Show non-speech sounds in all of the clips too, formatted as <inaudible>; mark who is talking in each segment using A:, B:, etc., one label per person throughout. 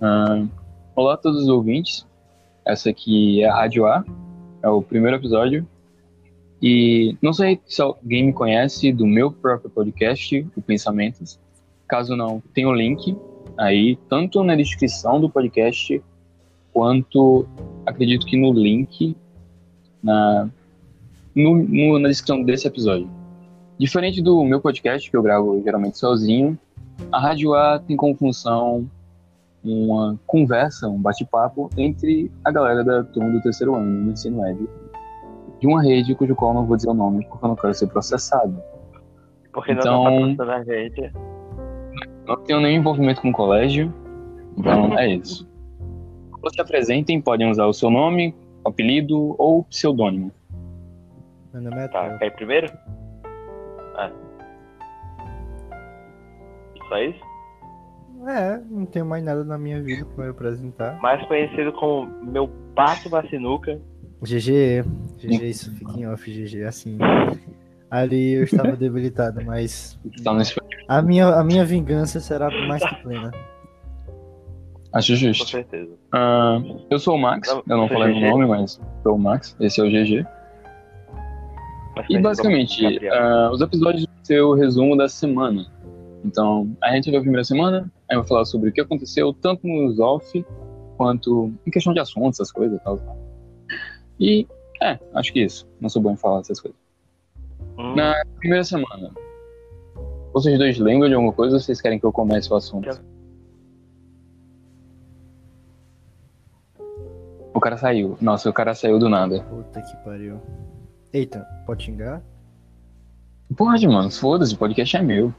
A: Ah, olá a todos os ouvintes. Essa aqui é a Rádio A, é o primeiro episódio. E não sei se alguém me conhece do meu próprio podcast, o Pensamentos. Caso não, tem o link aí, tanto na descrição do podcast, quanto acredito que no link na, no, no, na descrição desse episódio. Diferente do meu podcast, que eu gravo geralmente sozinho, a Rádio A tem como função uma conversa, um bate-papo entre a galera da turma do terceiro ano do ensino médio de uma rede cujo qual não vou dizer o nome porque eu não quero ser processado.
B: Porque então, não está a rede.
A: Não tenho nenhum envolvimento com o colégio, então é isso. Quando se apresentem, podem usar o seu nome, apelido ou pseudônimo.
C: Meu nome é
B: Tá,
C: Theo.
B: quer ir primeiro? Ah. Só isso?
C: É, não tenho mais nada na minha vida pra me apresentar.
B: Mais conhecido como meu pato vacinuca.
C: GG, GG, isso fica em off, GG, assim. Ali eu
A: <laughs>
C: estava debilitado, mas
A: Então, nesse...
C: a minha, a minha vingança será mais que plena.
A: Acho
B: Com
A: justo.
B: certeza.
A: Ah, eu sou o Max,
B: Não,
A: eu não
B: você
A: falei
B: é
A: o
B: GG?
A: nome, mas sou o Max, esse é o GG.
B: Mas
A: E
B: conhecido
A: basicamente,
B: como Gabriel.
A: ah, os episódios vão ser o resumo da semana. Então, a gente vê a primeira semana, aí eu vou falar sobre o que aconteceu, tanto nos off, quanto em questão de assuntos, essas coisas e tal. E, é, acho que isso. Não sou bom em falar essas coisas.
B: Hum,
A: na- Primeira semana. Vocês dois lembram de alguma coisa ou vocês querem que eu comece o assunto?
B: Quero.
A: O cara saiu. Nossa, o cara saiu do nada.
C: Puta que pariu. Eita, pode xingar?
A: Pode, mano. Foda-se, o podcast é meu.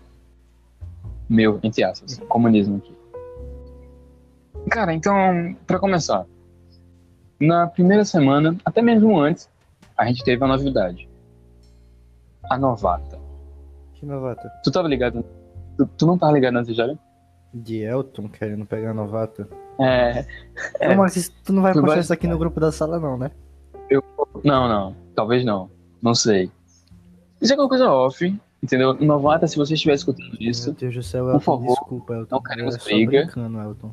A: Meu, entre aspas. Comunismo aqui. Cara, então, pra começar. Na primeira semana, até mesmo antes, a gente teve a novidade. A novata.
C: Que novato.
A: Tu tava ligado? Tu, tu não tava ligado nessa história?
C: De Elton querendo pegar novato.
A: É. É.
C: Ô, Marcos, tu não vai
A: Tu
C: postar
A: vai-
C: isso aqui no grupo da sala, não, né?
A: Não, não. Talvez não. Não sei. Isso é alguma coisa off, entendeu? Novata, se você estiver escutando isso,
C: Meu Deus do céu,
A: Por
C: Elton,
A: favor,
C: desculpa, Elton.
A: não queremos
C: Eu era só
A: briga.
C: brincando, Elton.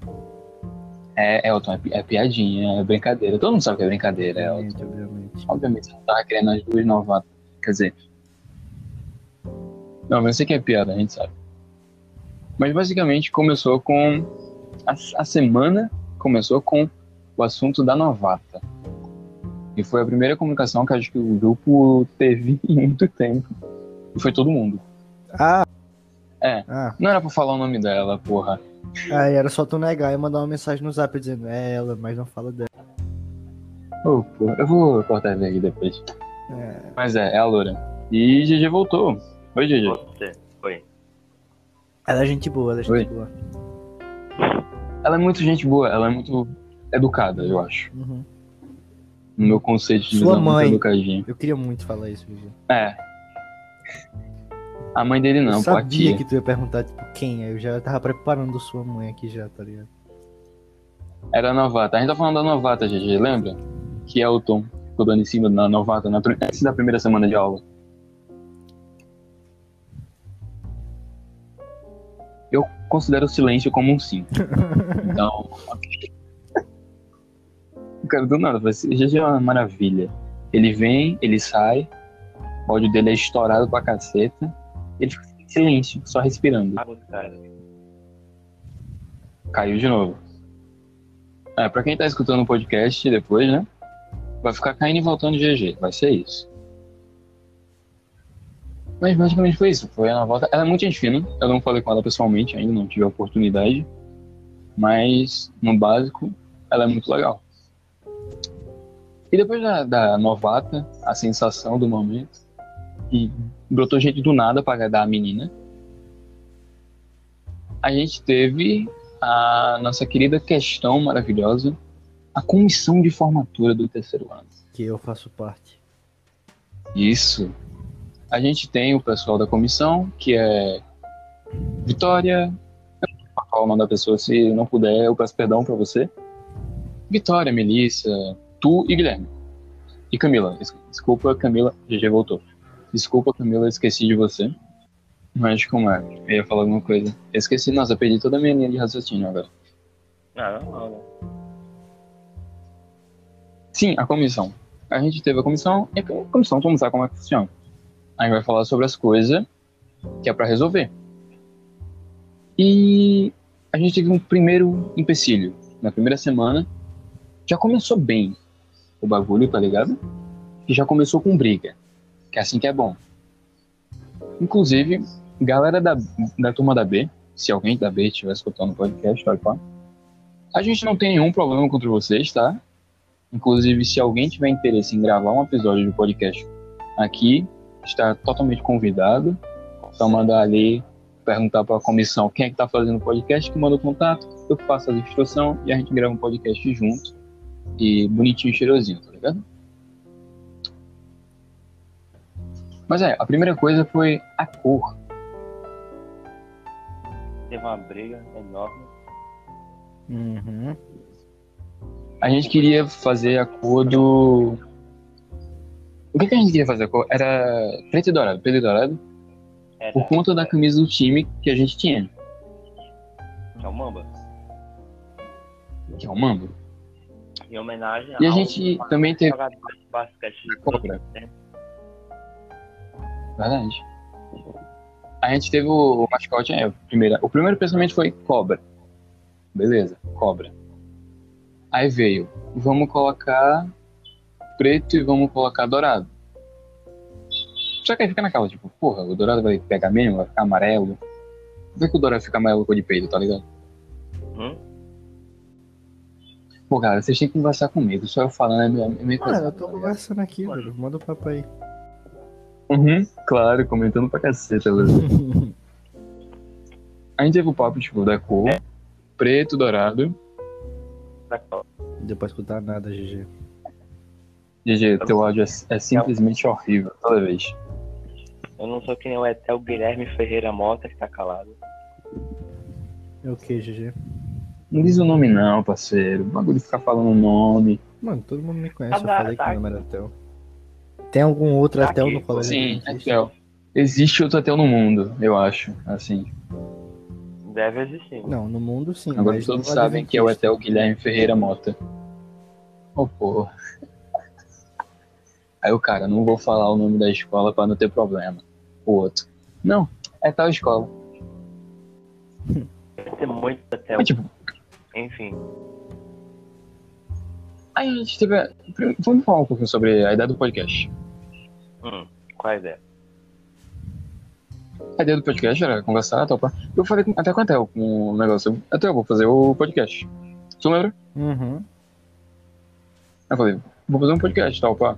A: é, Elton, é, pi- é piadinha, é brincadeira. Todo mundo sabe que é brincadeira, Elton.
C: Obviamente, obviamente.
A: Obviamente, você não tava querendo as duas novatas. Quer dizer. Não, mas eu sei que é piada, a gente sabe. Mas basicamente começou com. A, a semana começou com o assunto da novata. E foi a primeira comunicação que acho que o grupo teve <laughs> em muito tempo. E foi todo mundo.
C: Ah!
A: É.
C: Ah,
A: Não era pra falar o nome dela, porra.
C: aí era só tu negar e mandar uma mensagem no zap dizendo, é ela, mas não fala dela.
A: Ô, porra, eu vou cortar isso aqui depois.
C: É,
A: Mas é, é a loura. E GG voltou. Oi, GG.
B: Você.
C: ela é gente boa, ela é gente
A: Oi.
C: boa.
A: Ela é muito gente boa, ela é muito educada, eu acho.
C: Uhum.
A: no meu conceito de
C: Sua
A: visão, muito
C: mãe.
A: educadinho.
C: Eu queria muito falar isso, Vivi.
A: É. A mãe dele não,
C: eu
A: pô, a
C: sabia
A: tia.
C: que tu ia perguntar, tipo, quem? Aí eu já tava preparando sua mãe aqui já, tá ligado?
A: Era a novata. A gente tá falando da novata, GG, lembra? Que é o Tom ficou dando em cima da novata na, prim- antes da primeira semana de aula. Eu considero o silêncio como um sim. Então. ok. O cara do nada, vai ser- GG é uma maravilha. Ele vem, ele sai, o áudio dele é estourado pra caceta. Ele fica em silêncio, só respirando.
B: Ah, cara.
A: Caiu de novo. É, pra quem tá escutando o podcast depois, né? Vai ficar caindo e voltando de GG. Vai ser isso. Mas basicamente foi isso. Foi na volta. Ela é muito gente fina. Eu não falei com ela pessoalmente ainda, não tive a oportunidade. Mas, no básico, ela é muito legal. E depois da, da novata, a sensação do momento. E brotou gente do nada pra agradar a menina. A gente teve a nossa querida questão maravilhosa, a comissão de formatura do terceiro ano.
C: Que eu faço parte.
A: Isso. A gente tem o pessoal da comissão, que é Vitória. Eu vou falar o nome da pessoa, se não puder, eu peço perdão pra você. Vitória, Melissa, tu e Guilherme. E Camila. Es- Desculpa, Camila. GG voltou. Desculpa, Camila, esqueci de você. Mas como é? Eu ia falar alguma coisa. Eu esqueci, nossa, eu perdi toda a minha linha de raciocínio agora.
B: Ah, não, não.
A: Sim, a comissão. A gente teve a comissão, e a comissão, vamos lá como é que funciona. A gente vai falar sobre as coisas que é pra resolver. E a gente teve um primeiro empecilho. Na primeira semana, já começou bem o bagulho, tá ligado? E já começou com briga, que é assim que é bom. Inclusive, galera da, da turma da B, se alguém da B estiver escutando o podcast, olha lá. A gente não tem nenhum problema contra vocês, tá? Inclusive, se alguém tiver interesse em gravar um episódio de podcast aqui, está totalmente convidado. Então, mandar ali, perguntar para a comissão quem é que tá fazendo o podcast, que manda o contato, eu faço as instruções e a gente grava um podcast junto. E bonitinho, cheirosinho, tá ligado? Mas é, a primeira coisa foi a cor.
B: Teve uma briga enorme.
C: Uhum.
A: A gente queria fazer a cor do. O que, que a gente queria fazer a cor? Era preto e dourado, preto e dourado,
B: Era,
A: por conta da camisa do time que a gente tinha,
B: É o Mamba.
A: que é o Mambo.
B: Em homenagem
A: E a
B: ao-
A: gente também teve
B: jogador de basquete
A: a cobra. Verdade. A gente teve o, o mascote, é, o, primeiro, o primeiro pensamento foi cobra. Beleza, cobra. Aí veio, vamos colocar preto e vamos colocar dourado. Só que aí fica naquela, tipo, porra, o dourado vai pegar mesmo, vai ficar amarelo. Por que que o dourado fica amarelo cor de peito, tá ligado?
B: Hum?
A: Pô, cara, vocês têm que conversar comigo, só eu falando é meio- é meio
C: Mano,
A: coisa.
C: eu tô conversando aqui, velho. Manda o papo aí.
A: Uhum, claro, comentando pra caceta, velho.
C: <laughs>
A: A gente teve o papo, tipo, da cor,
C: É.
A: preto, dourado.
B: Da Copa.
C: Não deu pra escutar nada, GG.
A: GG,
C: Tá
A: teu áudio é, é simplesmente horrível toda vez.
B: Eu não sou que nem o Etel Guilherme Ferreira Mota, que tá calado.
C: É o que, GG?
A: Não diz
C: Uhum.
A: o nome não, parceiro. O bagulho de ficar falando o nome.
C: Mano, todo mundo me conhece. Eu
B: Ah,
C: falei que
B: tá
C: meu nome era Atel. Tem algum outro
B: Tá
C: Atel
B: aqui.
C: no colégio?
A: Sim,
C: que existe?
A: Atel. Existe outro Atel no mundo, eu acho. Assim.
B: Deve existir.
C: Não, no mundo sim.
A: Agora
C: mas
A: todos
C: não vale
A: sabem que é o
C: ventista.
A: Atel Guilherme Ferreira Mota. Oh, porra. Aí o cara, não vou falar o nome da escola pra não ter problema. O outro. Não, é tal escola.
B: Deve ter muito Etel.
A: Mas, tipo,
B: Enfim.
A: aí a gente teve. a- Primeiro, Vamos falar um pouquinho sobre a ideia do podcast.
B: Hum, qual a ideia?
A: A ideia do podcast era conversar, topar. Eu falei com- até com a Theo, com o negócio. Até eu vou fazer o podcast. Tu lembra?
C: Uhum.
A: Eu falei, vou fazer um podcast, tal, pá.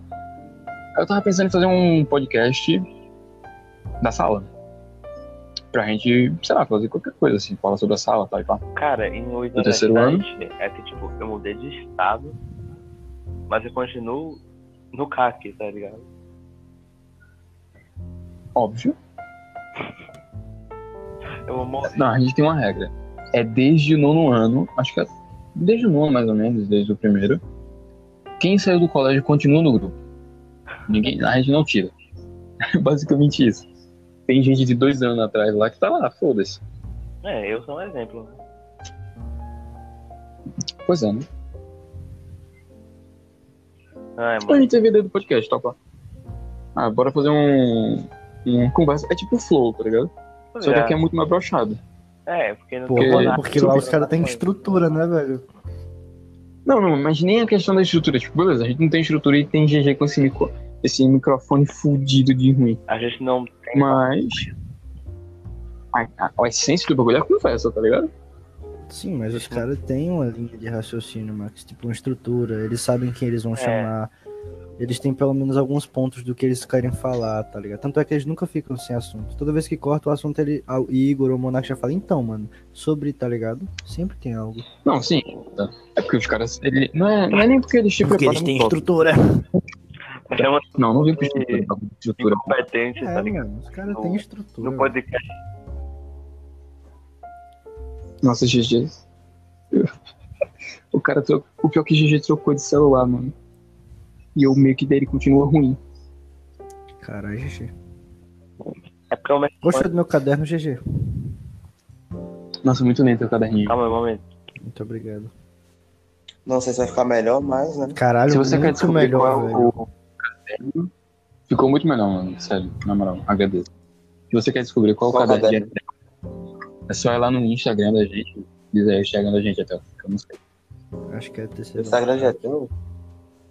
A: Aí eu tava pensando em fazer um podcast da sala. Pra gente, sei lá, fazer qualquer coisa, assim, falar sobre a sala, tal, e pá.
B: Cara, em oito
A: No terceiro ano?
B: é que, tipo, eu mudei de estado, mas eu continuo no CAC, tá ligado?
A: Óbvio.
B: Eu vou morrer.
A: Não, a gente tem uma regra. É desde o nono ano, acho que é desde o nono, mais ou menos, desde o primeiro. Quem saiu do colégio continua no grupo. Ninguém, a gente não tira. <laughs> É basicamente isso. Tem gente de dois anos atrás lá que tá lá, foda-se.
B: É, eu sou um exemplo. né?
A: Pois é, né?
B: Ai,
A: A
B: Ah, é, mano.
A: gente teve a ideia do podcast, topa. Ah, bora fazer um. Um conversa. É tipo flow, tá ligado? Só que aqui é muito mais brochado.
B: É, porque não
C: Pô,
A: Porque-
B: tem
C: mano,
B: nada.
C: porque lá os caras têm estrutura, né, velho?
A: Não, não, mas nem a questão da estrutura. Tipo, beleza, a gente não tem estrutura e tem GG com esse, micro, esse microfone fudido de ruim.
B: A gente não tem.
A: Mas. A, a- a essência do bagulho é a conversa, tá ligado?
C: Sim, mas os caras têm uma linha de raciocínio, Max. Tipo, uma estrutura. Eles sabem quem eles vão
B: É.
C: chamar. Eles têm pelo menos alguns pontos do que eles querem falar, tá ligado? Tanto é que eles nunca ficam sem assunto. Toda vez que corta o assunto, ele, ah, o Igor ou o Monark já fala, então, mano, sobre, tá ligado? Sempre tem algo.
A: Não, sim. É porque os caras. ele- não, é, não é nem porque eles te
C: Porque eles
A: preparam.
C: têm
A: no top.
C: estrutura.
B: Chama
A: Não, não vem com estrutura. tá? Com estrutura.
B: incompetente, <laughs> tá
C: É,
B: ligado?
C: mano, os caras
B: No-
C: têm estrutura.
B: No podcast.
A: Nossa, GG. O cara trocou. O pior é que GG trocou de celular, mano. E eu meio que dele continua ruim.
C: velho. Caralho, GG.
B: É porque eu me...
C: Gostou do meu caderno, GG?
A: Nossa, muito lento o caderninho.
B: Calma aí, um momento.
C: Muito obrigado.
D: Não sei se vai ficar melhor, mas, né?
C: Caralho,
A: Se você quer
C: muito
A: descobrir
C: melhor,
A: qual é
C: velho.
A: o caderno, ficou muito melhor, mano. Sério, na moral, agradeço. Se você quer descobrir qual,
D: Qual
A: caderno, é, é só ir lá no Instagram da gente. Diz aí o Instagram da gente até. Eu não sei.
C: Acho que é
D: O
C: terceirão.
D: Instagram já é teu?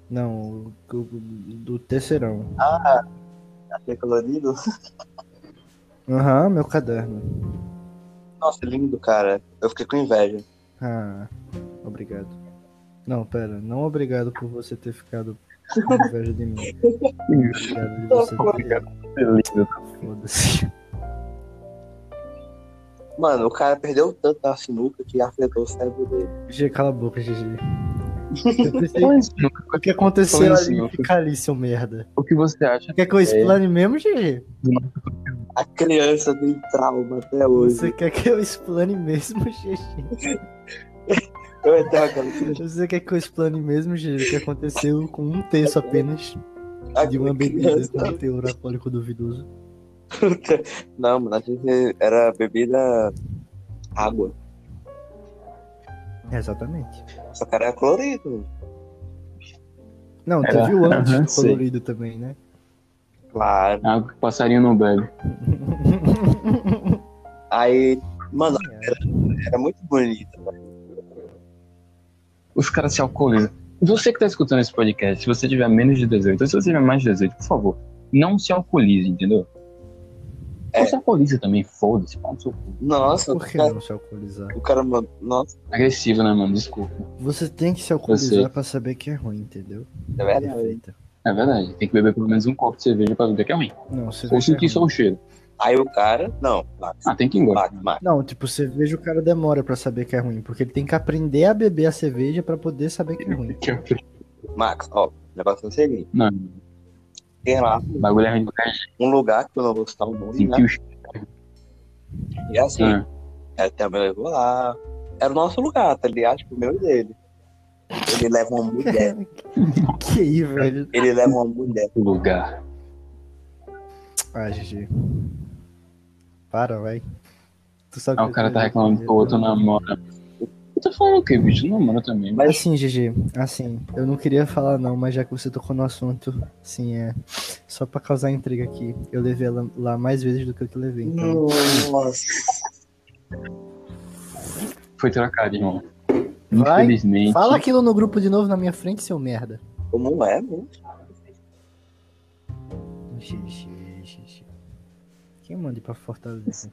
C: Não, o- o- do terceirão.
D: Ah, aquele colorido?
C: Aham, meu caderno.
D: Nossa, é lindo, cara. Eu fiquei com inveja.
C: Ah, obrigado. Não, pera, não obrigado por você ter ficado com inveja de mim. Obrigado de você ter... Foda-se.
D: Mano, o cara perdeu tanto na sinuca que afetou o cérebro dele.
C: Gê, cala a boca, GG. Eu pensei,
A: Mas nunca-
C: o que aconteceu
A: Falando assim,
C: ali?
A: eu-
C: Fica ali, seu merda.
A: O que você acha?
C: Quer que eu explane mesmo, GG?
D: A criança tem trauma até hoje.
C: Você quer que eu explane mesmo, GG?
D: Eu
C: <laughs>
D: até aquela criança.
C: Você quer que eu explane mesmo, GG? O que aconteceu com um terço apenas de uma
D: aquela
C: bebida né?
D: criança-
C: com teor alcoólico duvidoso?
D: Não, mano, a gente era bebida água.
C: Exatamente.
D: Só que era colorido.
C: Não,
A: Era-
C: teve o antes
A: É. Aham,
C: do
A: sei.
C: colorido também, né?
D: Claro.
A: Água que Ah, passarinho não bebe.
D: Aí, mano,
C: é.
D: era muito bonita.
A: Os caras se alcoolizam. Você que tá escutando esse podcast, se você tiver menos de 18, ou se você tiver mais de 18, por favor, não se alcoolize, entendeu?
D: É.
A: Não se alcooliza também, foda-se, pau no seu cu.
D: Nossa, o
C: Por que
D: cara,
C: não se alcoolizar?
D: o cara, mano, nossa,
A: Agressivo, né, mano? Desculpa.
C: Você tem que se
A: Eu
C: alcoolizar
A: sei.
C: pra saber que é ruim, entendeu?
D: é verdade.
C: Perfeito.
A: É verdade, tem que beber pelo menos um copo de cerveja pra ver que é ruim.
C: Não, você
A: Ou
C: vê que
A: sentir
C: é
A: só
C: ruim.
A: o cheiro.
D: Aí o cara, não, Max,
A: Ah, tem quem gosta.
D: Max,
A: né?
D: Max.
C: Não, tipo, cerveja o cara demora pra saber que é ruim, porque ele tem que aprender a beber a cerveja pra poder saber que é ruim. <laughs>
D: Max, ó, o negócio é o seguinte.
A: Não.
D: Tem lá
A: O bagulho é ruim pra
D: um lugar que eu não vou citar o nome, né?
A: sentir o cheiro.
D: E assim,
A: Ah,
D: ela também levou lá. Era o nosso lugar, tá ligado? Tipo, o meu e dele. Ele leva uma mulher.
C: que aí, velho?
D: Ele leva uma mulher.
A: o lugar.
C: Ah, GG. Para, vai. Tu sabe
A: Ah,
C: que
A: o
C: eu
A: cara
C: tenho
A: tá reclamando
C: vergonha dele,
A: que o outro
C: né?
A: namora. Eu tô falando o quê, bicho? Namora também.
D: Mas-
C: Assim, GG, assim, eu não queria falar não, mas já que você tocou no assunto, sim, é. Só pra causar intriga aqui, eu levei ela lá mais vezes do que eu te levei. Então,
D: Nossa.
A: Foi trocado, irmão.
C: Vai,
A: Infelizmente.
C: Fala aquilo no grupo de novo na minha frente, seu merda.
D: Como é, mano?
C: GG, GG. Quem manda ir pra Fortaleza?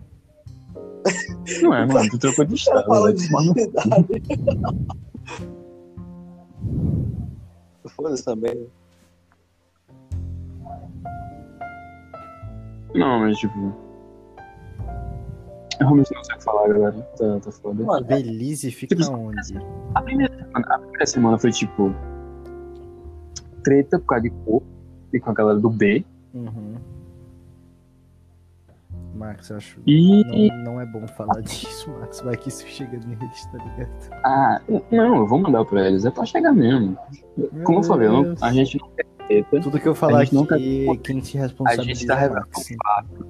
A: Não é, mano. Tu trocou
C: <laughs>
A: de estado. né?
D: Fala
A: Mano,
D: tá de <laughs> Foda-se também. né?
A: Não, mas tipo. Eu realmente não sei o que falar, galera. Tá, tá foda.
D: Mano, é
C: Belize fica
A: Tipo,
C: onde?
A: A primeira, semana, a primeira semana foi tipo. Treta por causa de cor e com a galera do B.
C: Uhum. Max, eu acho.
A: E.
C: Não, não é bom falar disso, Max. Vai que isso chega neles, tá ligado?
A: Ah, não, eu vou mandar pra eles. É pra chegar mesmo. Como eu falei, eu não- a gente não quer treta.
C: Tudo que eu falar
A: a gente
C: aqui,
A: nunca-
C: quem se
A: A
C: responsabiliza
A: gente tá
C: é
A: revelando
C: Max.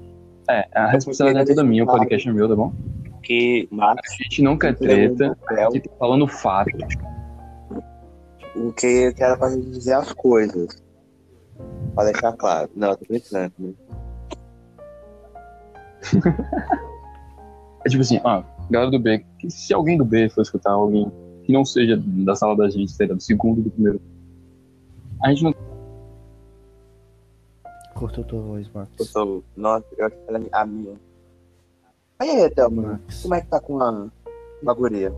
A: É, a responsabilidade é toda minha, o podcast é meu, tá bom?
D: Porque Max é um
A: A gente não quer treta, a gente tá falando fato.
D: o que que era pra gente dizer as coisas. Pra deixar claro. Não, eu tô brincando. né?
A: É tipo assim, ó, galera do B, que se alguém do B for escutar alguém que não seja da sala da gente, seja do segundo do primeiro, a gente não
C: Cortou tua voz, Max.
D: Eu sou. Nossa, eu acho que ela é a minha. Aí, aí, Thelma,
C: Max.
D: como é que tá com a. Com a guria?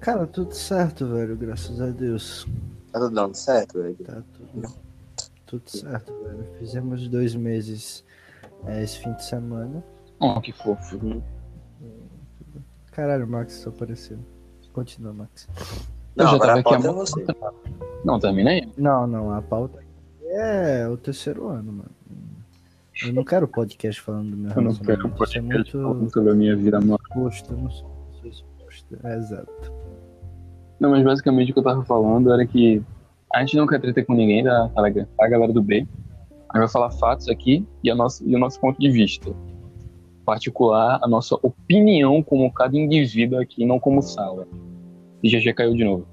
C: Cara, tudo certo, velho. Graças a Deus.
D: Tá tudo dando certo, velho?
C: Tá tudo, tudo certo, velho. Fizemos dois meses é, esse fim de semana.
A: Oh, que fofo.
C: Caralho, Max só apareceu. Continua, Max.
A: Eu
D: Não,
A: já
D: agora
A: tava
D: a
A: aqui há
D: pauta é
A: muito
D: você.
A: Não, é termina aí.
C: Não, não, a pauta é o terceiro ano, mano. Eu não quero podcast falando do meu
A: Eu não quero um
C: relacionamento. Isso é
A: podcast
C: muito
A: falando sobre a minha vida amor.
C: exposto, eu não sou uma pessoa exposta. É, exato.
A: Não, mas basicamente o que eu tava falando era que a gente não quer treta com ninguém tá, da, da da galera do B. A gente vai falar fatos aqui e, a nossa, e o nosso ponto de vista. Particular, a nossa opinião como cada indivíduo aqui, não como sala. e já já caiu de novo.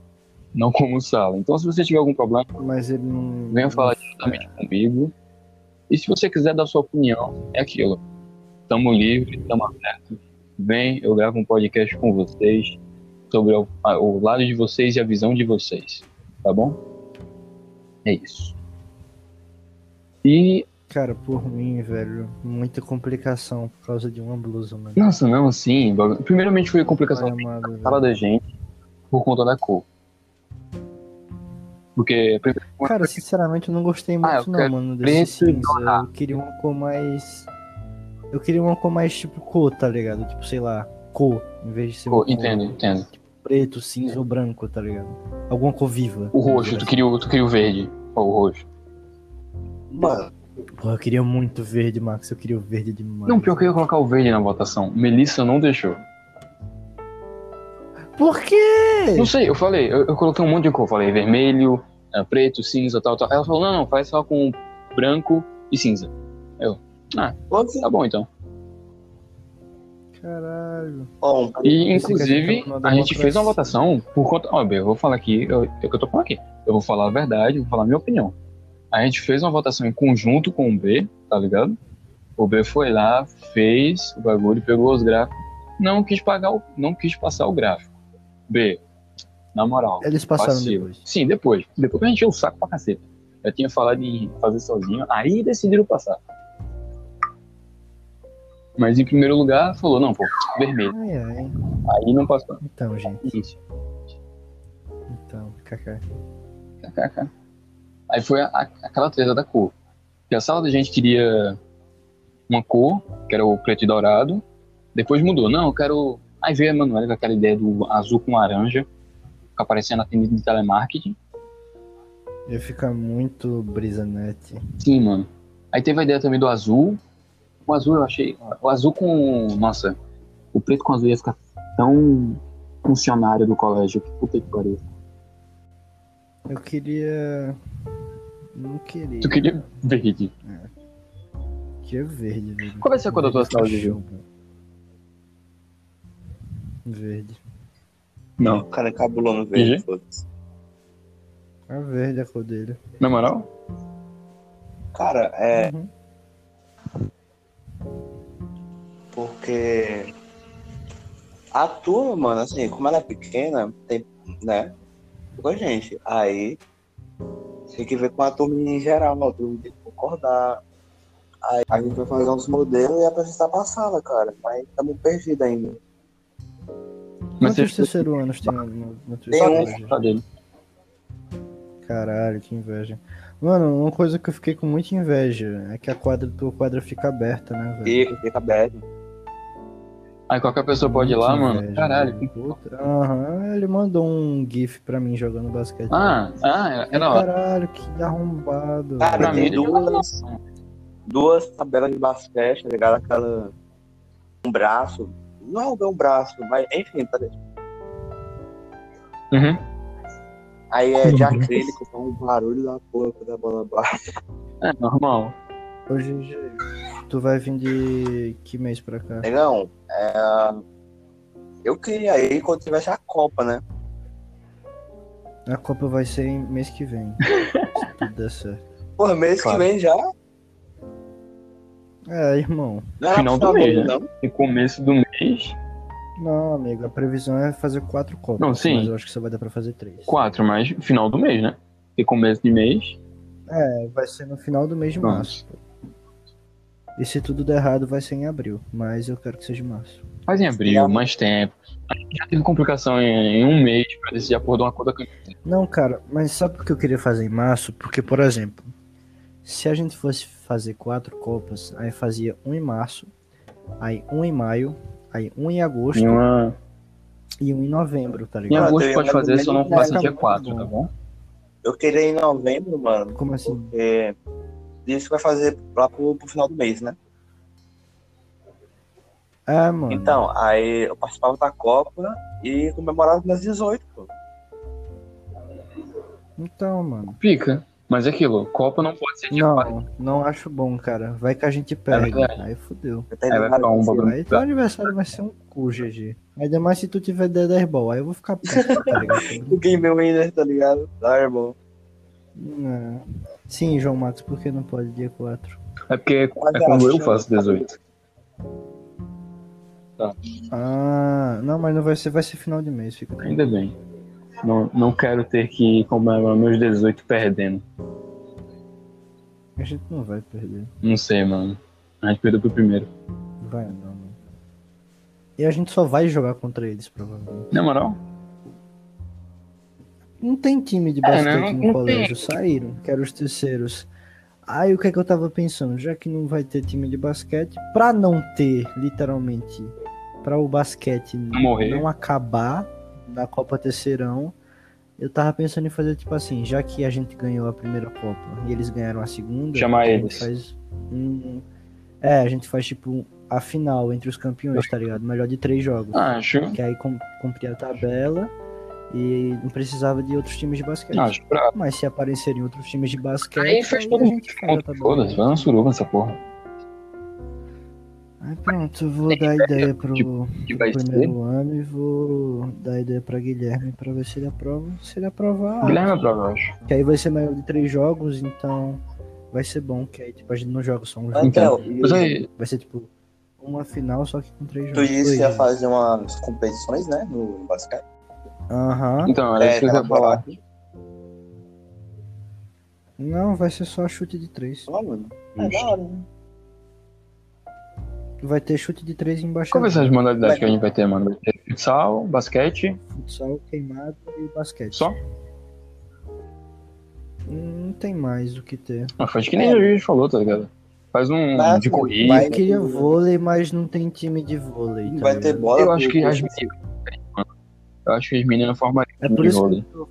A: Não como sala. Então, se você tiver algum problema,
C: Mas ele não.
A: venha
C: não-
A: falar diretamente comigo. E se você quiser dar sua opinião, é aquilo. Tamo livre, tamo aberto. Vem, eu gravo um podcast com vocês sobre o, a- o lado de vocês e a visão de vocês. Tá bom? É isso. E,
C: Cara, por mim, velho, muita complicação por causa de uma blusa, mano.
A: nossa, não, assim, bagu- primeiramente foi complicação
C: Pai amado, velho.
A: sala da gente por conta da cor. Porque, primeiro,
C: Cara, sinceramente, eu não gostei
A: Ah, eu
C: muito, não,
A: quero
C: mano,
A: preto
C: desse
A: e
C: cinza. Eu queria uma cor mais. Eu queria uma cor mais tipo cor, tá ligado? Tipo, sei lá, cor, em vez de ser uma
A: cor,
C: cor
A: entendo, entendo.
C: preto, cinza ou branco, tá ligado? Alguma cor viva.
A: O roxo, tu queria, o- tu queria o verde. Ou o roxo.
D: Mano,
C: Porra, eu queria muito verde, Max. Eu queria o verde demais.
A: Não, pior que eu ia colocar o verde na votação. Melissa não deixou.
C: Por quê?
A: Não sei, eu falei, eu, eu coloquei um monte de cor. Eu Falei vermelho, eh, preto, cinza, tal, tal. Ela falou, não, não, faz só com branco e cinza.
D: você-
A: Tá bom, então.
C: Caralho.
D: ó, um-
A: E,
C: Esse
A: inclusive,
C: cara tá
A: a gente fez uma
C: mandando
A: votação por conta... Ó, bem, eu vou falar aqui, eu- é o que eu tô falando aqui. Eu vou falar a verdade, vou falar a minha opinião. A gente fez uma votação em conjunto com o B, tá ligado? O B foi lá, fez o bagulho, pegou os gráficos, não quis pagar, o, não quis passar o gráfico. B, na moral,
C: Eles passaram
A: Passivo.
C: depois.
A: Sim, depois. Depois que a gente encheu o saco pra caceta. Eu tinha falado em fazer sozinho, aí decidiram passar. Mas em primeiro lugar, falou, não, pô, vermelho.
C: Ai, ai.
A: Aí não passou.
C: Então, gente.
A: Isso.
C: Então, kaká.
A: KKK. Aí foi a- a- aquela treta da cor. Porque a sala da gente queria uma cor, que era o preto e dourado. Depois mudou. Não, eu quero. Aí veio a Emanuele com aquela ideia do azul com laranja, ficar parecendo atendente de telemarketing.
C: Ia ficar muito brisanete.
A: Sim, mano. Aí teve a ideia também do azul. O azul eu achei. O azul com. Nossa, o preto com azul ia ficar tão funcionário do colégio. Que puta que pariu.
C: Eu queria. Não queria.
A: Tu queria verde.
C: Que é verde, velho.
A: Qual vai ser a cor da tua
C: Verde
A: saúde,
C: cachorro, velho. Verde.
A: Não.
D: o cara cabulou no verde, foda-se.
C: É verde a cor dele.
A: Na moral?
D: Cara, é.
C: Uhum.
D: Porque. A turma, mano, assim, como ela é pequena, tem. né? Com a gente. Aí. Tem que ver com a turma em geral, a turma tem que concordar. Aí a gente vai fazer uns modelos e apresentar pra sala, cara. Mas estamos perdidos ainda.
A: Mas
C: Quantos
A: você
C: terceiro anos tem na, na, na tua
D: Tem
A: Só
D: um.
C: escola, gente?
A: dele. Só dele.
C: Caralho, que inveja. Mano, uma coisa que eu fiquei com muita inveja é que a quadra, tua quadra fica aberta, né, velho?
D: Fica, fica aberto.
A: Aí qualquer pessoa pode ir lá,
D: é.
A: mano. Caralho. que-
C: né? puta. Aham, ele mandou um gif pra mim jogando basquete.
A: Ah, ah, era lá.
C: Caralho, que arrombado.
D: Cara,
A: Pra
C: velho.
A: mim,
D: tem duas. Duas tabelas de basquete, tá ligado? Aquela. Um braço. Não é um braço, mas enfim, tá ligado?
A: Uhum.
D: Aí é de acrílico, faz um barulho da porra quando a bola bate.
A: É normal.
C: Hoje, tu vai vir de que mês pra cá?
D: Negão, é... eu queria aí quando tivesse a Copa, né?
C: A Copa vai ser em mês que vem. <laughs> se tudo der certo.
D: Porra, mês
A: Claro.
D: que vem já?
C: É, irmão.
D: Não era
A: Final do
D: pra
A: mês, né?
D: agora, não.
A: E começo do mês,
C: Não, amigo, a previsão é fazer quatro Copas.
A: Não, sim.
C: Mas eu acho que só vai dar pra fazer três.
A: quatro, mas final do mês, né? E começo de mês.
C: É, vai ser no final do mês de março. E se tudo der errado, vai ser em abril. Mas eu quero que seja em março.
A: Faz em abril, mais tempo. A gente já teve complicação em, em um mês pra decidir a porra de uma cor da camisa.
C: Não, cara, mas sabe por que eu queria fazer em março? Porque, por exemplo, se a gente fosse fazer quatro Copas, aí fazia um em março, aí um em maio, aí um em agosto
A: Em, uma... Ah,
C: e um em novembro, tá
A: em
C: ligado?
A: agosto
D: eu
A: pode
D: ia
A: fazer, só não
D: recomendar,
A: passa
C: tá
A: dia
C: muito
A: 4,
C: bom.
A: tá bom?
D: Eu queria ir em novembro, mano.
C: Como assim?
D: Porque isso vai fazer lá pro, pro final do mês, né?
C: Ah,
A: Uhum.
C: mano.
D: Então, aí eu participava da Copa e comemorava meus 18, pô.
C: Então, mano.
A: Fica. Mas é aquilo, Copa não pode ser Tipo de
C: Não, não acho bom, cara. Vai que a gente pega.
A: verdade.
C: aí fudeu.
D: Até
A: Aí vai ficar um bagulho.
C: Aí teu aniversário vai ser um cu, GG. Ainda mais se tu tiver Dead Ball, aí eu vou ficar puto, tá ligado? <laughs>
D: Do Game Winner, tá ligado? Tá, irmão.
C: Não. Sim, João Max, por que não pode dia 4?
A: É porque é
D: Mas
A: quando eu
D: acho-
A: faço 18.
C: Ah, não, mas não vai ser, vai ser final de mês, fica tranquilo.
A: Ainda bem. Não, não quero ter que comemorar meus 18 perdendo.
C: A gente não vai perder.
A: Não sei, mano. A gente perdeu pro primeiro.
C: Vai não, mano. E a gente só vai jogar contra eles, provavelmente.
A: Na moral?
C: Não tem time de basquete
A: É, né? não-
C: no
A: não tem.
C: colégio, saíram, que eram os terceiros. Aí o que é que eu tava pensando? Já que não vai ter time de basquete, pra não ter, literalmente, pra o basquete n-
A: Morrer.
C: não acabar na Copa Terceirão, eu tava pensando em fazer tipo assim, já que a gente ganhou a primeira Copa e eles ganharam a segunda,
A: Chamar
C: a gente
A: eles.
C: faz um- É, a gente faz tipo a final entre os campeões, tá ligado? Melhor de três
A: Ah,
C: jogos.
A: Acho.
C: Que aí cum- cumpria a tabela e não precisava de outros times de basquete.
A: Acho brabo.
C: Mas se aparecerem outros times de basquete,
A: Aí faz
C: aí
A: todo
C: a gente faz a
A: Foda-se, vai
C: tabela.
A: uma suruba essa porra.
C: Aí pronto, eu vou dar ideia pro,
A: Que
C: pro
A: Tipo, vai ser.
C: primeiro ano e vou dar ideia pra Guilherme pra ver se ele aprova. Se ele aprovar,
A: Guilherme é prova, eu acho.
C: que aí vai ser maior de três jogos, então vai ser bom, que aí tipo, a gente não joga só um jogo.
A: Então,
D: Então, e-
A: Mas aí,
C: Vai ser tipo uma final, só que com três
D: tu
C: jogos.
D: disse
C: Dois,
D: que ia
A: é.
C: né?
D: fazer umas competições, né? No basquete.
C: Aham.
A: então, era isso que eu
D: tá
A: ia falar.
D: aqui.
C: Não, vai ser só chute de três.
D: Só, mano. É da hora, né?
C: Vai ter chute de três embaixo.
A: Qual vai ser as modalidades que a gente vai ter, mano? Vai ter futsal, basquete,
C: futsal, queimado e basquete.
A: só?
C: Hum, Não tem mais o que ter.
A: Mas faz que nem a gente falou, tá ligado? Faz um
D: Mas,
A: de corrida.
D: Vai
C: Vai
D: ter
C: queria
D: vôlei.
C: vôlei, mas não tem time de vôlei. tá
D: Vai ter
C: ligado?
D: bola.
A: Eu acho que as
D: as
A: meninas. Eu acho que as meninas formariam.
C: É por
A: de
C: isso
A: vôlei.
C: que eu...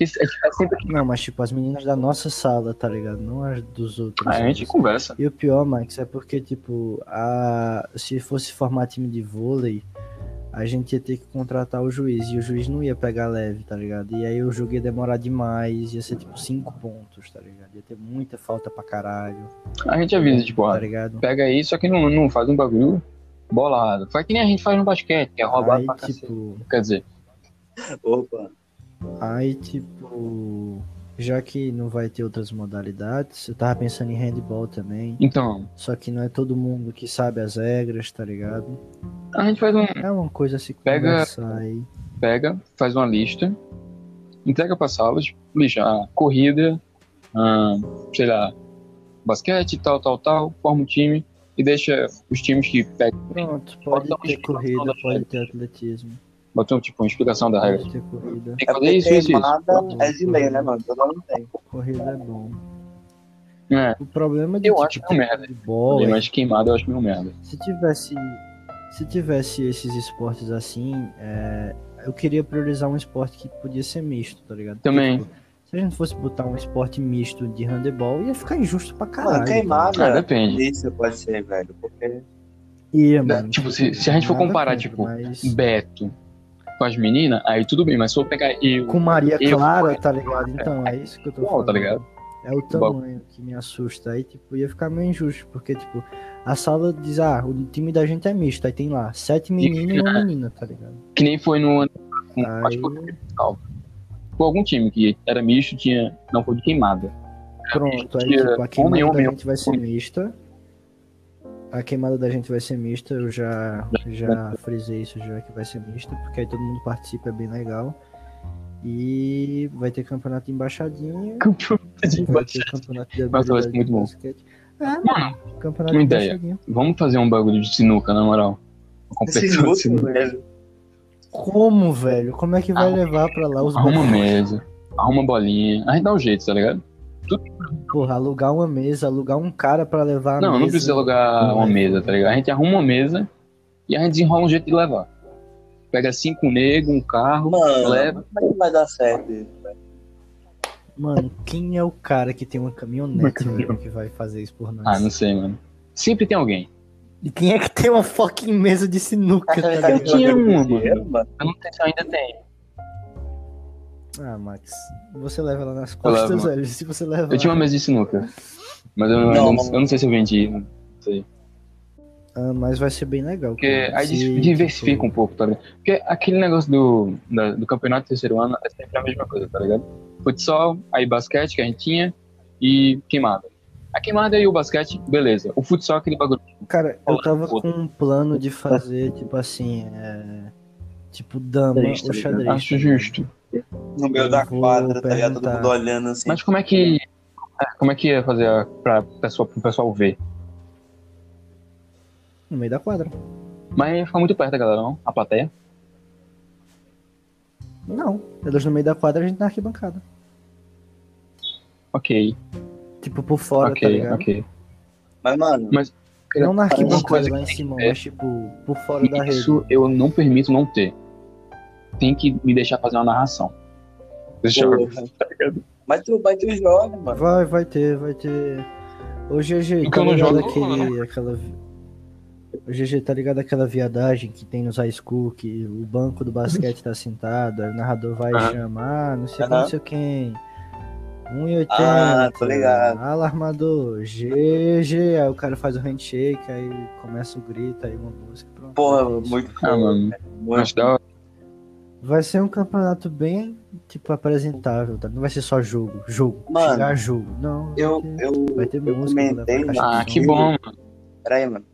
A: Isso é tipo, é sempre que
C: Não, mas tipo, as meninas da nossa sala, tá ligado? Não as dos outros.
A: Ah, a gente conversa.
C: E o pior, Max, é porque, tipo, a... se fosse formar time de vôlei, a gente ia ter que contratar o juiz. E o juiz não ia pegar leve, tá ligado? E aí o jogo ia demorar demais, ia ser tipo cinco pontos, tá ligado? Ia ter muita falta pra caralho,
A: A gente avisa, tipo,
C: tá
A: ó,
C: ligado?
A: pega aí, só que não, não faz um bagulho bolado. Faz que nem a gente faz no basquete, que é roubado
C: Aí,
A: pra cacete.
C: tipo,
A: Quer dizer,
D: é Opa.
C: aí, tipo, já que não vai ter outras modalidades, eu tava pensando em handball também.
A: então,
C: Só que não é todo mundo que sabe as regras, tá ligado?
A: a gente faz um.
C: É uma coisa a se
A: Pega-
C: conversar aí.
A: Pega, faz uma lista, entrega pra salas, lixa, ah, corrida, ah, sei lá, basquete, tal, tal, tal, forma um time e deixa os times que pegam.
C: Pronto,
A: Pode
C: pode
A: dar um uma
C: ter
A: explicação
C: corrida,
A: das
C: pode ter atletismo,
A: Botam, tipo, uma explicação da regra.
C: pode ter corrida.
A: Tem que
D: É
A: fazer
D: porque
A: isso, isso, isso.
D: queimada é de lei, né, mano? Todo mundo tem.
C: Corrida é bom.
A: É,
C: O problema de
A: Eu
C: tipo,
A: acho que é um merda.
C: de bola, é
A: mas queimado eu acho meio merda.
C: Se tivesse, se tivesse esses esportes assim, é, eu queria priorizar um esporte que podia ser misto, tá ligado? Porque,
A: Também.
C: tipo, se a gente fosse botar um esporte misto de handebol, ia ficar injusto pra caralho.
D: Mano, queimada.
A: Ah, depende.
D: Isso pode ser, velho. Porque.
C: Ia, mano.
A: Tipo, se, se a gente for
C: Nada
A: comparar,
C: contra,
A: tipo,
C: mas
A: Beto com as meninas, aí tudo bem, mas se eu pegar eu.
C: Com Maria
A: eu-
C: Clara, tá ligado? Então, é isso que eu tô
A: Bom,
C: falando.
A: tá ligado?
C: É o tamanho que me assusta. Aí, tipo, ia ficar meio injusto, porque, tipo, a sala diz, ah, o time da gente é misto. Aí tem lá,
A: <laughs>
C: sete meninos e uma menina, tá ligado?
A: Que nem foi no ano. com-
C: Aí,
A: Acho que foi com algum time que era misto, tinha. Não foi de
C: <laughs>
A: queimada.
C: pronto, aí,
A: Tira
C: tipo, a
A: É homem,
C: queimada
A: homem,
C: da gente vai ser mista. A queimada da gente vai ser mista, eu já, já frisei isso já, que vai ser mista, porque aí todo mundo participa, é bem legal. E vai ter campeonato de embaixadinha
A: Campeonato de
C: Vai
A: embaixo.
C: ter campeonato de
A: Nossa, vai ser
C: habilidade
A: muito
C: de
A: bom.
C: basquete. Ah, mano, campeonato
A: uma
C: de
A: ideia.
C: baixadinha.
A: Vamos fazer um bagulho de sinuca, na moral. Uma competição de
D: Esse
A: sinuca.
D: outro, velho.
C: Como, velho? Como é que vai
A: Arruma-
C: levar pra lá os
A: Ah, Arruma uma
C: banheiros?
A: mesa, arruma uma bolinha. A gente dá um jeito, tá ligado?
C: Porra, alugar uma mesa, alugar um cara pra levar a
A: não,
C: mesa.
A: não precisa alugar
C: Não é.
A: uma
C: vai.
A: mesa, tá ligado? A gente arruma uma mesa e a gente desenrola um jeito de levar. Pega cinco negros, um carro,
D: Mano,
A: leva.
D: como é que vai dar certo isso?
C: Mano, quem é o cara que tem uma
A: Uma
C: caminhonete
A: caminhonete.
C: velho, que vai fazer isso por nós?
A: Ah, não sei, mano. Sempre tem alguém.
C: E quem é que tem uma fucking mesa de sinuca, tá
D: Cara,
C: ligado?
A: tinha uma,
D: dinheiro, mano.
A: Eu não sei se eu ainda tenho.
C: Ah, Max, você leva lá nas costas,
A: um levo,
C: velho. Se você leva.
A: Eu tinha uma mesa de sinuca. Mas eu não,
D: Não,
A: eu não-
D: não.
A: eu não sei se eu vendi. Não sei.
C: Ah, mas vai ser bem legal.
A: Porque
C: cara.
A: aí
C: Se,
A: dis-
C: tipo,
A: diversifica um pouco, tá ligado? Porque aquele negócio do, da- do campeonato do terceiro ano é sempre a mesma coisa, tá ligado? Futsal, aí basquete que a gente tinha e queimada. A queimada e o basquete, beleza. O futsal é aquele bagulho.
C: Cara, eu tava
A: Outro.
C: com um plano de fazer, tipo assim, é, tipo dama
B: Xadrez, tá
C: ou
B: ligado?
C: xadrez.
A: Acho justo.
D: No meio
C: Eu
D: da
C: vou
D: quadra, tá ligado? Todo
C: perguntar.
D: mundo olhando assim.
A: Mas como é que. Como é que ia fazer a- pra pessoa, pro pessoal ver?
C: No meio da quadra.
A: Mas ia ficar muito perto da galera, não? A plateia.
C: Não, elas no meio da quadra, a gente na arquibancada.
A: Ok,
C: Tipo, por fora, tá
A: ok,
C: ligado?
A: ok.
D: Mas, mano,
C: Não na
A: Uma
C: arquibancada
A: coisa
C: lá em
A: que tem
C: cima,
A: que ter.
C: mas tipo, por fora da rede.
A: Isso eu não permito não ter. Tem que me deixar fazer uma narração. Deixa eu...
D: porra. tá Mas tu, mas tu joga, mano.
C: Vai, vai ter, vai ter. Ô GG,
A: Então
C: tá
A: não
C: ligado
A: joga,
C: aquele, aquela. vi- Ô GG, tá ligado aquela viadagem que tem nos high school, que o banco do basquete tá sentado, aí o narrador vai
A: Aham.
C: chamar, não sei, quem,
D: Aham.
C: não sei quem. 1,80.
D: Ah, tô ligado.
C: Alarmador, GG. Aí o cara faz o handshake, aí começa o grito, aí uma música. Pronto,
D: Porra,
C: é isso.
D: muito
A: Ah, mano.
D: Muito
A: Acho da hora.
C: Vai ser um campeonato bem, tipo, apresentável, tá? Não vai ser só jogo, jogo,
D: Mano,
C: chegar a jogo. Não,
D: Eu,
C: vai ter-
D: eu,
C: vai ter
D: eu
C: música, vai dar pra
D: comentei,
C: caixa
A: Ah,
D: mano.
A: que bom, mano.
D: Peraí, mano.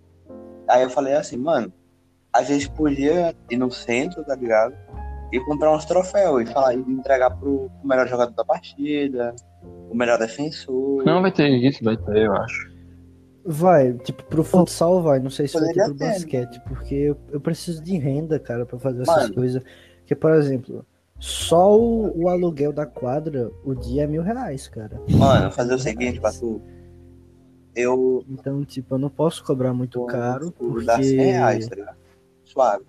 D: Aí eu falei assim, mano, a gente podia ir no centro, tá ligado? E comprar uns troféus e falar, e entregar pro, pro melhor jogador da partida, o melhor defensor.
A: Não vai ter isso, vai ter, eu acho.
C: Vai, tipo, pro futsal vai, não sei se vai ter
D: Poderia
C: pro
D: ter, né?
C: basquete, porque eu, eu preciso de renda, cara, pra fazer essas
D: Mano.
C: coisas. Porque, por exemplo, só o, o aluguel da quadra, o dia é mil reais, cara.
D: Mano, fazer o seguinte, pra tu. Eu. um
C: Então, tipo, eu não posso cobrar muito caro,
D: tu Dá 100
C: porque
D: reais, tá ligado? Suave.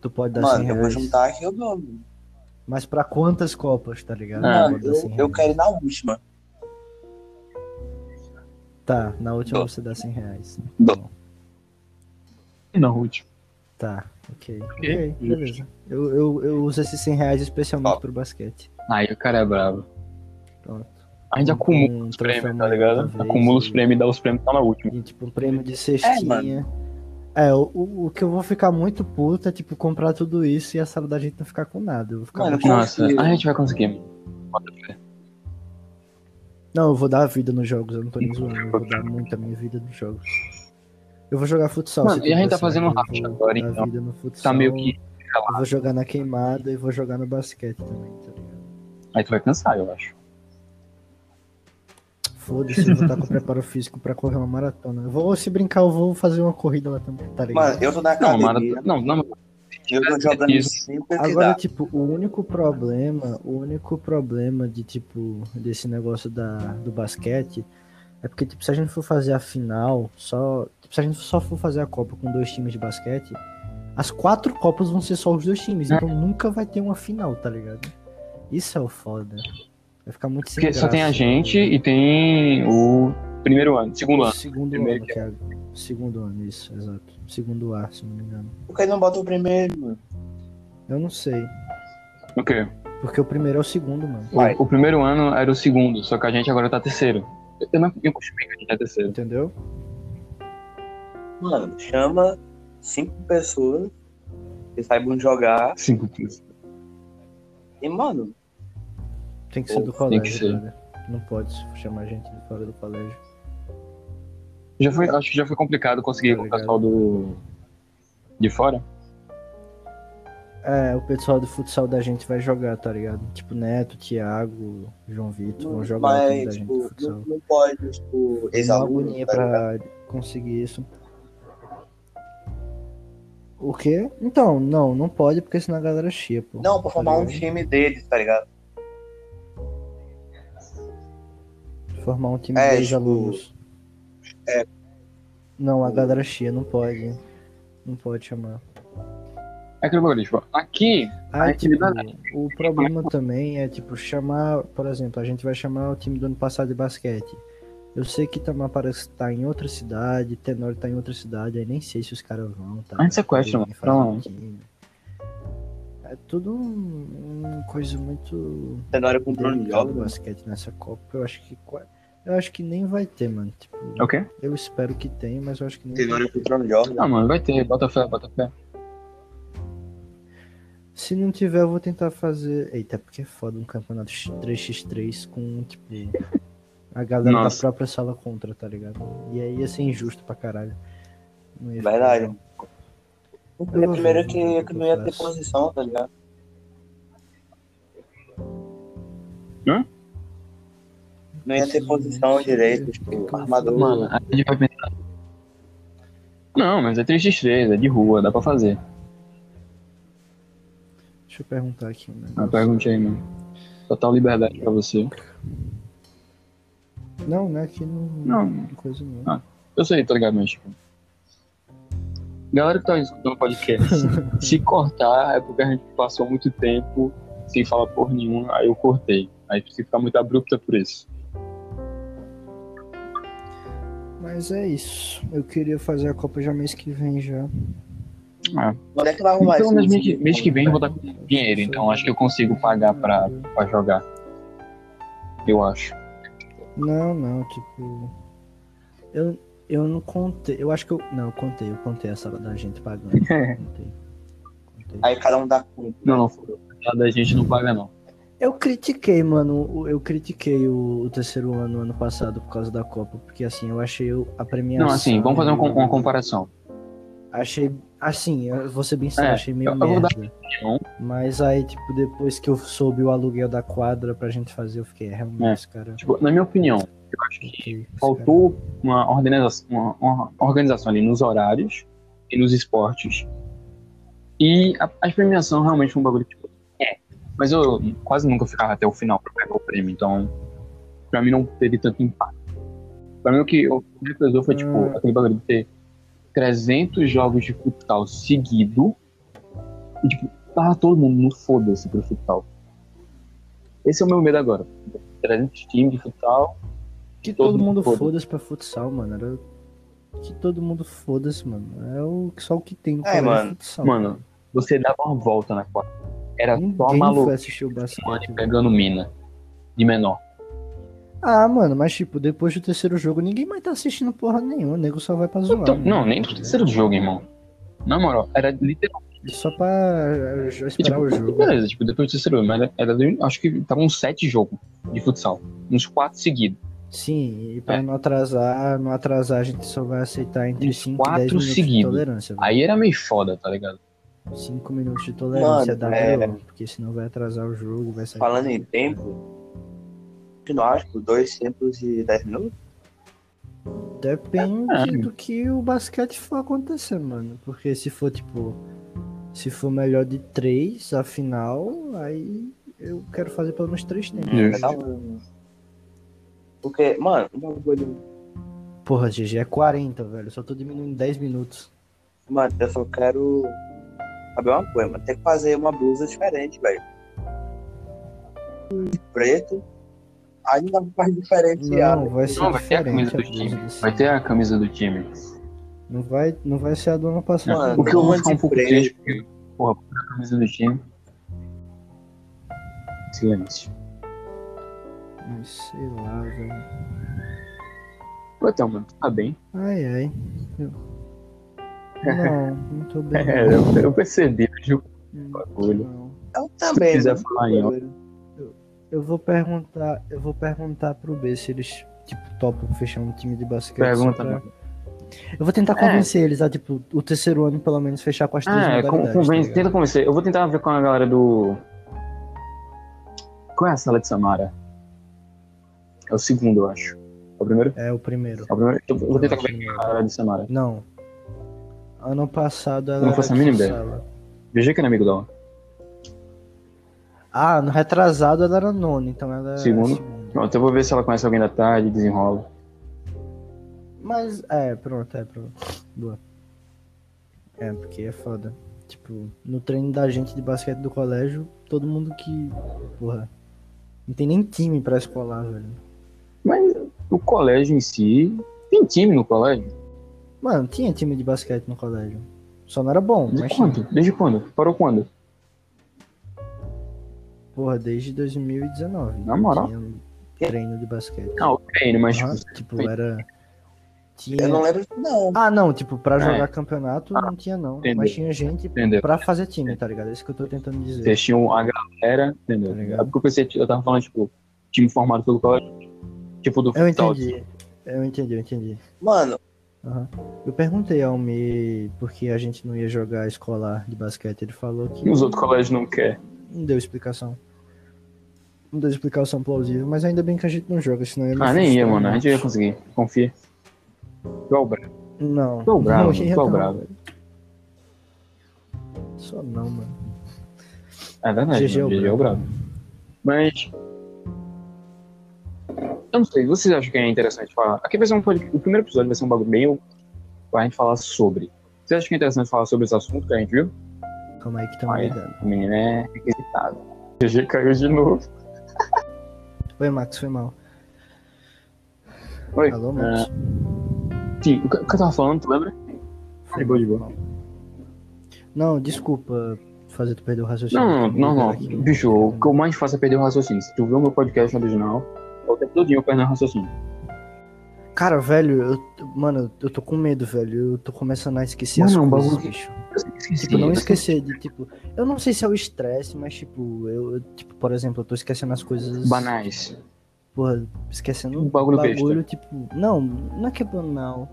C: tu pode dar
D: mano,
C: 100
D: eu vou
C: reais.
D: juntar aqui o nome.
C: Mas pra quantas copas, tá ligado?
A: Ah,
C: Tu
D: mano,
C: pode dar 100
D: eu, eu
C: reais.
D: quero ir na última.
C: Tá, na última
B: Bom.
C: você dá 100 reais.
B: Bom.
C: Bom,
A: Não, último.
C: Tá, ok. Ok, beleza. Eu, eu, eu uso esses 100 reais especialmente
D: Ó.
C: pro basquete.
A: Aí o cara é bravo.
C: Pronto.
A: A gente acumula
C: um
A: os prêmios, tá
C: maior,
A: ligado?
C: talvez,
A: Acumula os
C: e-
A: prêmios e dá os prêmios só na última.
C: E tipo, um prêmio de cestinha. É, o, o, o que eu vou ficar muito puto é, tipo, comprar tudo isso e a sala da gente não ficar com nada. Eu vou ficar
D: Mano,
C: muito-
D: Confio.
A: Nossa, a gente vai conseguir, mano. Bota fé.
C: Não, eu vou dar a vida nos jogos, eu não tô nem zoando. Eu vou dar muito a minha vida nos jogos. Eu vou jogar futsal.
A: Mano,
C: se
A: e a gente tá
C: tudo der
A: fazendo
C: certo, eu
A: racha
C: vou
A: agora,
C: dar
A: então.
C: vida no futsal,
A: Tá meio que.
C: Eu vou jogar na queimada e vou jogar no basquete também, tá ligado?
A: Aí tu vai cansar, eu acho.
C: Foda-se,
A: <laughs>
C: eu vou estar com preparo físico pra correr uma maratona. Eu vou, se brincar, eu vou fazer uma corrida lá também, tá ligado?
D: Mano, eu tô na
A: Não,
D: academia.
A: mano. Não, não.
D: Eu tô jogando
A: Isso.
D: sempre que
C: Agora,
D: dá.
C: tipo, o único problema, o único problema de, tipo, desse negócio da, do basquete é porque, tipo, se a gente for fazer a final, só. Tipo, se a gente só for fazer a Copa com dois times de basquete, as quatro Copas vão ser só os dois times.
A: É.
C: Então nunca vai ter uma final, tá ligado? Isso é o foda. Vai ficar muito sem
A: Porque só
C: graça,
A: tem a
C: tá
A: gente
C: ligado?
A: e tem o primeiro ano, segundo
C: O
A: ano.
C: segundo
A: primeiro
C: ano, que é. Segundo ano, isso, exato. Segundo A, se não me engano.
D: Por que não bota o primeiro, mano?
C: Eu não sei.
A: O quê?
C: Porque o primeiro é o segundo, mano.
D: Vai.
A: O, o primeiro ano era o segundo, só que a gente agora tá terceiro. Eu não eu costumei que a gente tá terceiro.
C: Entendeu?
D: Mano, chama cinco pessoas que saibam jogar.
A: Cinco pontos.
D: E, mano,
C: Tem que ser do
A: Tem
C: colégio,
A: que ser.
C: cara. Não pode chamar gente de fora do colégio.
A: Já foi, acho que já foi complicado conseguir
C: Tá
A: o
C: ligado.
A: pessoal do. de fora.
C: É, o pessoal do futsal da gente vai jogar, tá ligado? Tipo, Neto, Thiago, João Vitor vão jogar o time da
D: mas,
C: gente do
D: tipo, não,
C: futsal.
D: não pode, tipo,
C: Uma
D: ex-aluno.
C: agonia
D: tá ligado?
C: pra conseguir isso. O quê? Então, não, não pode, porque senão a galera chia, pô.
D: Não, pra formar um
C: ligado?
D: time deles, tá ligado?
C: Formar um time
D: É,
C: de
D: tipo,
C: ex-alunos.
D: é.
C: Não, a galera chia, não pode. Não pode chamar.
A: É aquele bagulho, tipo, aqui
C: Ah,
A: A
C: tipo,
A: atividade.
C: o problema também é, tipo, chamar, por exemplo, a gente vai chamar o time do ano passado de basquete. Eu sei que Tamapara tá em outra cidade, Tenor tá em outra cidade, aí nem sei se os caras vão, tá?
A: A gente sequestra,
C: Aí
A: mano.
C: faz um
A: Não.
C: time. É tudo um, um coisa muito
D: Cenário com o Bruno
C: delicado
D: Jobs.
C: do basquete nessa Copa. Eu acho que qua- eu acho que nem vai ter, mano. Tipo,
A: É o quê?
C: eu espero que tenha, mas eu acho que nem vai
D: Cenário com o Bruno Jobs.
A: Ah, mano, vai ter. Bota fé, bota fé.
C: Se não tiver, eu vou tentar fazer. Eita, porque é foda um campeonato 3x3 com, tipo, a galera
A: Nossa.
C: da própria sala contra, tá ligado? E aí ia ser injusto pra caralho. Não ia ficar
D: Verdade.
C: legal.
D: O
C: Eu vou
D: primeiro
C: ver,
D: que, que não ia ter
C: confesso.
D: posição, tá ligado?
A: Hã?
D: Não ia ter posição direito, tipo, armador.
A: Mano, a gente vai pensar. Não, mas é 3x3, é de rua, dá pra fazer.
C: Deixa eu perguntar aqui. Um negócio.
A: Uma Ah, pergunta aí, mano. Total liberdade pra você.
C: Não, né? Aqui não.
A: Não.
C: Coisa não.
A: Ah. Eu sei, tá ligado, mas tipo. Galera que tá escutando o podcast, se cortar é porque a gente passou muito tempo sem falar porra nenhuma, aí eu cortei. Aí precisa ficar muito abrupta por isso.
C: Mas é isso. Eu queria fazer a Copa já mês que vem já.
D: Quando é que vai arrumar
A: Então,
D: isso?
A: mas mês que, mês que vem eu vou estar com dinheiro, então acho que eu consigo pagar pra, pra jogar. Eu acho.
C: Não, não, tipo. Eu, eu não contei. Eu acho que eu. Não, eu contei, eu contei a sala da
A: <laughs>
C: gente pagando. contei. Contei.
D: Aí cada um dá conta.
A: Não, não, fudeu. A da gente não paga, não.
C: Eu critiquei, mano. o- Eu critiquei o, o terceiro ano ano passado por causa da Copa, porque assim, eu achei o- a premiação.
A: Não, assim, vamos fazer uma, com- uma comparação.
C: Achei. Assim, eu vou ser bem sincero,
A: É,
C: achei meio
A: eu- eu vou
C: merda.
A: dar opinião.
C: Mas aí, tipo, depois que eu soube o aluguel da quadra pra gente fazer, eu fiquei, é,
A: É.
C: realmente, esse cara.
A: Tipo, na minha opinião, eu acho que
C: ok, esse cara-
A: faltou é um- uma organização, uma- uma organização ali nos horários e nos esportes. E a, a premiação realmente foi um bagulho que tipo, é. Mas eu quase nunca ficava até o final pra pegar o prêmio, então pra mim não teve tanto impacto. Pra mim o que o que me pesou foi tipo
C: Hum.
A: aquele bagulho de ter 300 jogos de futsal seguido e tipo, tava todo mundo no foda-se pro futsal. Esse é o meu medo agora. 300 times de futsal
C: Que todo,
A: Todo
C: mundo
A: mundo
C: foda-se pra futsal, mano. Era... Que todo mundo foda-se, mano. É o... só o que tem no
D: É,
C: colégio de
D: mano.
C: futsal.
A: Mano, é você dava uma volta na quadra. Era só
C: Ninguém
A: maluco
C: foi assistir o
A: mano,
C: basquete. velho.
A: pegando mina. De menor.
C: Ah, mano, mas tipo, depois do terceiro jogo, ninguém mais tá assistindo porra nenhuma. O nego só vai pra zoar.
A: Então,
C: mano.
A: não, nem do terceiro jogo, irmão. Na moral, era literalmente.
C: É Só pra eh, esperar
A: tipo,
C: o jogo.
A: Beleza, tipo, depois do terceiro jogo, mas era, era- acho que estavam sete jogos de futsal. Uns quatro seguidos.
C: Sim, e pra
A: É.
C: não atrasar, não atrasar, a gente só vai aceitar entre
A: Uns
C: 5 e 10
A: quatro
C: minutos de
A: seguidos.
C: tolerância. velho.
A: Aí era meio foda, tá ligado?
C: 5 minutos de tolerância
D: Mano,
C: dá
D: é.
C: pra eu, porque senão vai atrasar o jogo, vai sair.
D: Falando em tempo, que não acho, por dois tempos e dez minutos.
C: Depende
A: Caralho.
C: do que o basquete for acontecer, mano. Porque se for, tipo, se for melhor de três a final, aí eu quero fazer pelo menos três tempos.
A: Justo.
D: Tá bom. Porque, mano, um bagulho.
C: Porra, GG, é 40, velho. Só tô diminuindo 10 minutos.
D: Mano, eu só quero saber uma coisa, mano. Tem que fazer uma blusa diferente, velho. De preto. Ainda mais diferenciado.
C: Não, vai ser
A: Não, vai ter a camisa
C: diferente. a
A: do
C: blusa
A: time.
C: desse
A: Vai
C: ano.
A: ter a camisa do time.
C: Não vai, não vai ser a do ano passado.
D: Mano,
A: o que eu vou ficar um
D: antes
A: pouco
D: preto.
A: triste, porque, porra, a camisa do time. Silêncio.
C: Mas sei lá, velho.
A: Pô, então, mano, tá bem.
C: Ai, ai. Eu- Não, não tô bem.
A: <laughs> <laughs> É, eu, eu percebi, viu?
C: não.
A: Bagulho.
C: Não.
D: Eu
A: Se
D: também.
A: quiser
D: né?
A: falar em
C: Eu vou perguntar, eu vou perguntar pro B se eles, tipo, topam fechar um time de basquete.
A: Pergunta,
C: só pra-
A: mano.
C: Eu vou tentar convencer eles a, tipo, o terceiro ano pelo menos fechar com as três
A: Ah, é, con-
C: modalidades.
A: convence-
C: tá ligado?
A: tenta convencer. Eu vou tentar ver com a galera do. Qual é a sala de Samara? É o segundo, eu acho. É o primeiro?
C: É o primeiro.
A: É o primeiro? Eu vou tentar
C: Eu
A: convencer
C: acho
A: a galera de Samara.
C: Não. Ano passado ela
A: Não
C: era
A: faço a
C: de
A: mínima ideia.
C: sala.
A: GG que era amigo dela.
C: Ah, no retrasado ela era nona, então ela é
A: Segundo.
C: segunda.
A: Pronto, eu vou ver se ela conhece alguém da tarde, desenrola.
C: Mas, é, pronto, é, pronto. Boa. É, porque é foda. Tipo, no treino da gente de basquete do colégio, todo mundo que. Porra. Não tem nem time pra escolar, velho.
A: Mas o colégio em si. Tem time no colégio?
C: Mano, tinha time de basquete no colégio. Só não era bom,
A: Desde
C: mas. tinha.
A: quando? Desde quando? Parou quando?
C: porra, desde 2019.
A: Na moral?
C: Tinha um treino de basquete.
A: Não, o treino, mas
C: Aham,
A: tipo,
C: tipo, era. Tinha...
D: Eu não lembro, não.
C: Ah, não, tipo, pra
A: É.
C: jogar campeonato não tinha, não.
A: Entendeu.
C: Mas tinha gente
A: entendeu?
C: pra fazer time, tá ligado? É isso que eu tô tentando dizer.
A: Vocês tinham a galera, entendeu?
C: Tá ligado.
A: é porque eu pensei, eu tava falando, tipo, time formado pelo colégio, tipo do
C: Eu
A: futsal.
C: entendi. Eu entendi, eu entendi.
D: Mano,
C: Aham. Eu perguntei ao Mi por que a gente não ia jogar escolar de basquete. Ele falou que
A: Os outros colégios não querem.
C: não deu explicação. Não deu explicação plausível, mas ainda bem que a gente não né? joga, senão ia me
A: Ah, nem ia,
C: frustrar
A: mano. A
C: muito.
A: gente ia conseguir. Confia. Tu é o bravo.
C: Não.
A: Tu é o bravo.
C: não
A: mano,
C: ia,
A: Tu é o
C: não.
A: bravo.
C: Só não, mano.
A: É verdade,
C: GG é o
A: mano, GG é o brabo. Mas. Eu não sei, vocês acham que é interessante falar? Aqui vai ser um podcast. O primeiro episódio vai ser um bagulho bem pra gente falar sobre. Vocês acham que é interessante falar sobre esse assunto que a gente viu?
C: Calma aí que tamo
A: Ah, é.
C: ligando.
A: O menino é requisitado. GG caiu de novo.
C: Oi, Max, foi mal.
A: Oi.
C: Alô,
A: Ah,
C: Max.
A: sim, o que o que eu tava falando, tu lembra?
C: Foi
A: de É boa, de
C: mal,
A: boa.
C: foi mal. Não, desculpa fazer tu perder o raciocínio.
A: Não, não, não.
C: Aqui.
A: Bicho, o que eu mais faço é perder o raciocínio. Se tu viu meu podcast original, é o tempo todinho eu perdi o raciocínio.
C: Cara, velho, eu, mano, eu tô com medo, velho. Eu tô começando a esquecer
A: Mano,
C: as
A: é um
C: coisas,
A: bagulho
C: bicho.
A: Eu sempre esqueci.
C: Tipo, não
A: eu sempre-
C: esquecer de, tipo... Eu não sei se é o estresse, mas, tipo, eu, eu, tipo, por exemplo, eu tô esquecendo as coisas...
A: Banais.
C: Porra, esquecendo
A: Um bagulho
C: bagulho, tipo... Não, não é que é banal.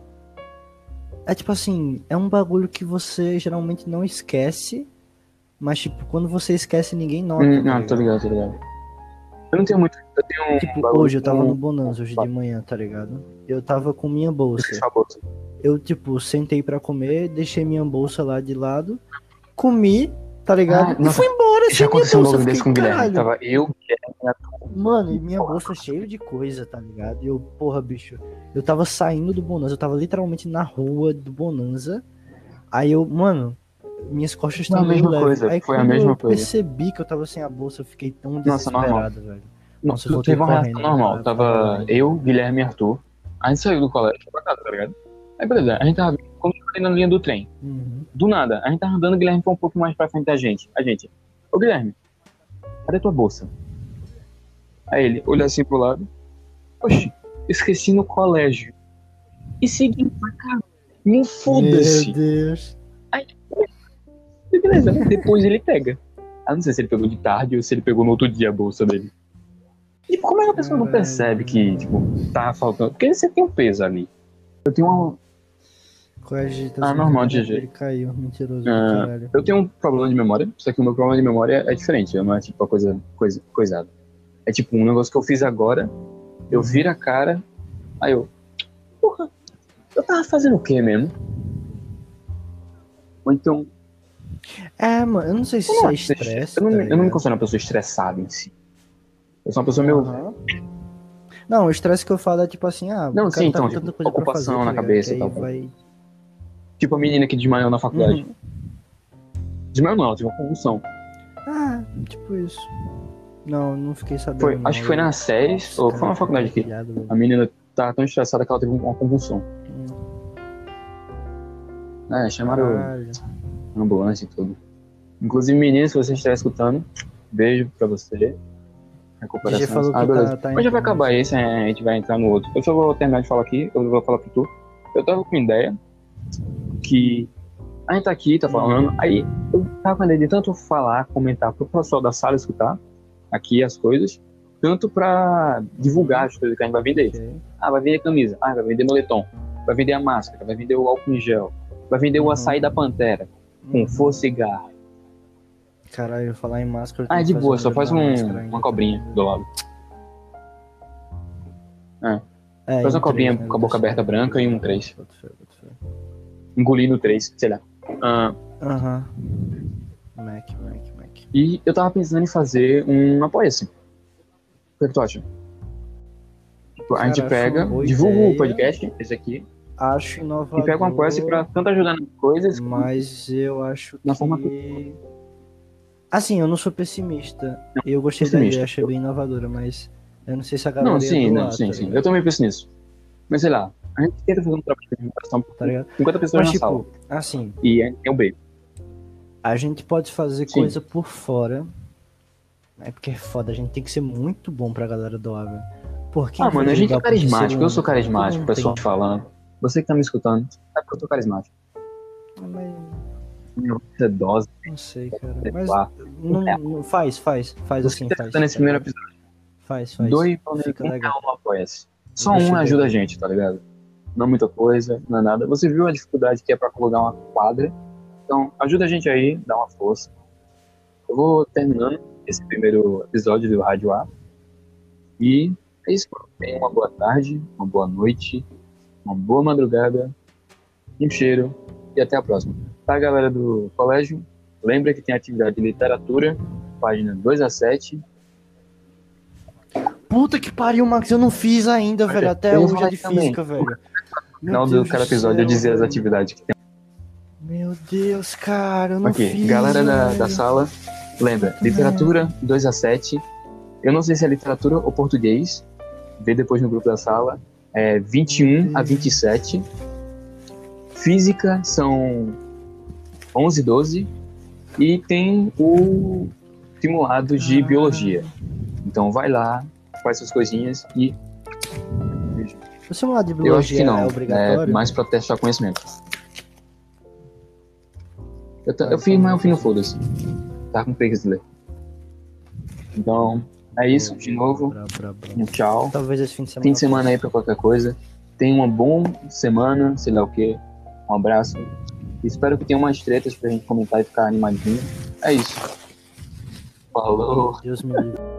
C: É tipo assim, é um bagulho que você geralmente não esquece, mas, tipo, quando você esquece, ninguém nota.
A: Hum,
C: tá
A: não, tô ligado,
C: ligado?
A: tô ligado. Eu não tenho muito. Eu tenho um.
C: Tipo,
A: bagulho
C: hoje eu tava
A: com-
C: no Bonanza, hoje de manhã, tá ligado? Eu tava com minha bolsa.
A: Fechar a bolsa.
C: Eu, tipo, sentei pra comer, deixei minha bolsa lá de lado, comi, tá ligado?
A: Ah,
C: e
A: nossa,
C: fui embora
A: Já
C: sem minha
A: aconteceu um
C: bolsa. eu
A: bagulho desse
C: Fiquei,
A: com o Guilherme.
C: caralho.
A: Tava eu,
C: Mano, e minha bolsa cheia de coisa, tá ligado? E eu, porra, bicho, eu tava saindo do Bonanza, eu tava literalmente na rua do Bonanza. Aí eu, mano, minhas costas
A: Foi a
C: estão meio
A: mesma
C: leves.
A: coisa,
C: Aí
A: foi a
C: quando
A: mesma
C: eu
A: coisa.
C: percebi que eu tava sem a bolsa, eu fiquei tão
A: Nossa, normal.
C: desesperado, velho.
A: Não,
C: Nossa, eu voltei
A: teve uma
C: correndo,
A: reação normal.
C: cara.
A: Tava eu, Guilherme e Arthur. A gente saiu do colégio pra casa, tá ligado? Aí beleza, a gente tava como eu falei, na linha do trem.
C: Uhum.
A: Do nada, a gente tava andando, o Guilherme foi um pouco mais pra frente da gente. A gente, ô Guilherme, cadê tua bolsa? Aí ele olha assim pro lado. Oxi, esqueci no colégio. E seguiu pra cá. Me foda-se.
C: Meu Deus.
A: E beleza, depois ele pega. Ah, não sei se ele pegou de tarde ou se ele pegou no outro dia a bolsa dele. E como é que a pessoa não
C: Caralho.
A: percebe que, tipo, tá faltando? Porque você tem um peso ali. Eu tenho, uma,
C: Com a agitação
A: Ah, normal,
C: do cara,
A: GG.
C: Ele caiu, mentiroso do
A: Ah.
C: caralho.
A: eu tenho um problema de memória, só que o meu problema de memória é diferente, não é tipo uma coisa, coisa coisada. É tipo um negócio que eu fiz agora, eu viro a cara, aí eu. Porra, eu tava fazendo o quê mesmo? Ou então.
C: É, mano, eu não sei se
A: Eu
C: isso
A: não,
C: é
A: acho-
C: estresse.
A: assim? eu não,
C: tá
A: eu não me
C: ligado?
A: considero uma pessoa estressada em si. Eu sou uma pessoa meio.
C: Aham. Não, o estresse que eu falo é tipo assim, ah,
A: Não,
C: o cara
A: sim,
C: tá
A: então,
C: com tanta
A: tipo,
C: coisa pra
A: ocupação na
C: fazer, tá ligado?
A: cabeça
C: Que
A: e
C: aí
A: tal.
C: vai-
A: Tipo a menina que desmaiou na faculdade.
C: Uhum.
A: Desmaiou não, tipo, ela teve uma convulsão.
C: Ah, tipo isso. Não, não fiquei sabendo.
A: Foi,
C: não.
A: acho que foi na série,
C: Nossa,
A: ou
C: cara,
A: foi na faculdade
C: que
A: aqui.
C: viado, velho.
A: A menina tava tão estressada que ela teve uma convulsão.
C: Hum.
A: É, chamaram
C: Caralho.
A: a ambulância e tudo. Inclusive, menina, se você estiver escutando, beijo pra você.
C: O DJ
A: Recuperação.
C: falou
A: Ah,
C: que
A: beleza.
C: tá, tá
A: Mas já vai
C: entrando.
A: acabar esse, a gente vai entrar no outro. Eu só vou terminar de falar aqui, eu vou falar pro tu. Eu tava com uma ideia que a gente tá aqui, tá falando, aí eu tava com a ideia de tanto falar, comentar pro pessoal da sala escutar aqui as coisas, tanto pra divulgar as coisas que a gente vai vender.
C: Ok.
A: Ah, vai vender camisa, ah, vai vender moletom, vai vender a máscara, vai vender o álcool em gel, vai vender
C: Uhum.
A: o açaí da pantera, com for cigarro.
C: Hum, Caralho, falar em máscara. eu
A: Ah, é
C: tenho
A: de
C: que
A: boa,
C: fazer
A: só faz
C: da
A: um-
C: máscara ainda,
A: uma
C: tá
A: cobrinha
C: ligado?
A: do lado.
C: É,
A: Faz uma
C: em
A: cobrinha
C: três, né,
A: com a boca
C: deixa-
A: aberta branca e um três.
C: Bota fé, bota fé.
A: Engolir no 3, sei lá. Ah,
C: Aham. Mac, Mac, Mac.
A: E eu tava pensando em fazer um apoia-se. O que, é que tu acha? Tipo, a
C: Cara,
A: gente
C: acho
A: pega,
C: uma boa
A: divulga o
C: ideia.
A: podcast, esse aqui,
C: Acho inovador.
A: e pega um apoia-se pra tanto ajudar nas coisas.
C: Hum, Mas eu acho
A: Na
C: que.
A: forma
C: Assim, eu não sou pessimista. Eu gostei da
A: pessimista.
C: ideia, achei bem inovadora, mas eu não sei se a galera.
A: Não,
C: ia
A: sim,
C: doar,
A: não, sim,
C: tá
A: sim.
C: ligado?
A: Eu também penso nisso. Mas sei lá, a gente tenta fazer um trabalho de alimentação
C: Tá
A: com
C: ligado?
A: 50 pessoas
C: Mas,
A: é na sala.
C: tipo, assim,
A: E é, é um beijo.
C: a gente pode fazer
A: Sim.
C: coisa por fora É porque é foda, a gente tem que ser muito bom pra galera doar, velho. Por quem
A: Ah, mano, a gente é
C: dá pro
A: carismático.
C: terceiro
A: Eu sou
C: ano?
A: carismático,
C: Todo
A: pessoal
C: mundo
A: te falando. Você que tá me escutando, sabe que eu sou carismático.
C: tem. Mas,
A: Meu, Você é dose,
C: não sei, cara.
A: sei
C: Mas
A: lá.
C: não, não- faz, faz. Faz
A: Você
C: assim,
A: que tá
C: faz.
A: escutando esse primeiro episódio,
C: Faz, faz.
A: doe pelo menos
C: Fica
A: um
C: legal.
A: real no apoia-se. Só
C: Deixa
A: um
C: eu ver.
A: ajuda a gente, tá ligado? Não muita coisa, não é nada. Você viu a dificuldade que é pra colocar uma quadra. Então, ajuda a gente aí, dá uma força. Eu vou terminando esse primeiro episódio do Rádio A. E é isso. mano. Tenha uma boa tarde, uma boa noite, uma boa madrugada, um cheiro e até a próxima. Tá, galera do colégio? Lembra que tem atividade de literatura, página 2 a 7.
C: Puta que pariu, Max, eu não fiz ainda,
A: Olha,
C: velho. Até
A: eu vou
C: hoje é
A: falar
C: de
A: também.
C: física, velho. Meu
A: No final
C: Deus
A: do cada
C: do
A: episódio eu
C: céu,
A: dizia as
C: velho.
A: atividades que tem.
C: Meu Deus, cara, eu não
A: Aqui,
C: fiz. Uhum.
A: galera da, da
C: velho.
A: sala, lembra, literatura 2 a 7. Eu não sei se é literatura ou português. Vê depois no grupo da sala. É 21
C: Uhum.
A: a 27. Física são 11 e 12. E tem o simulado de
C: Ah.
A: biologia. Então vai lá, faz suas coisinhas e
C: O simulado de
A: eu acho
C: biologia
A: que não.
C: é
A: É
C: obrigatório?
A: mais pra testar conhecimento. Eu, ta-
C: Ah,
A: eu fiz,
C: então
A: mas
C: não
A: eu fiz no foda-se. Tava com preguiça de ler. Então, é isso. De novo,
C: Bra, bra, bra.
A: um tchau.
C: Talvez esse fim de semana.
A: Fim de semana aí pra qualquer coisa. Tenha uma boa semana, sei lá o que. Um abraço. Espero que tenha umas tretas pra gente comentar e ficar animadinho. É isso. Falou.
C: Deus me livre.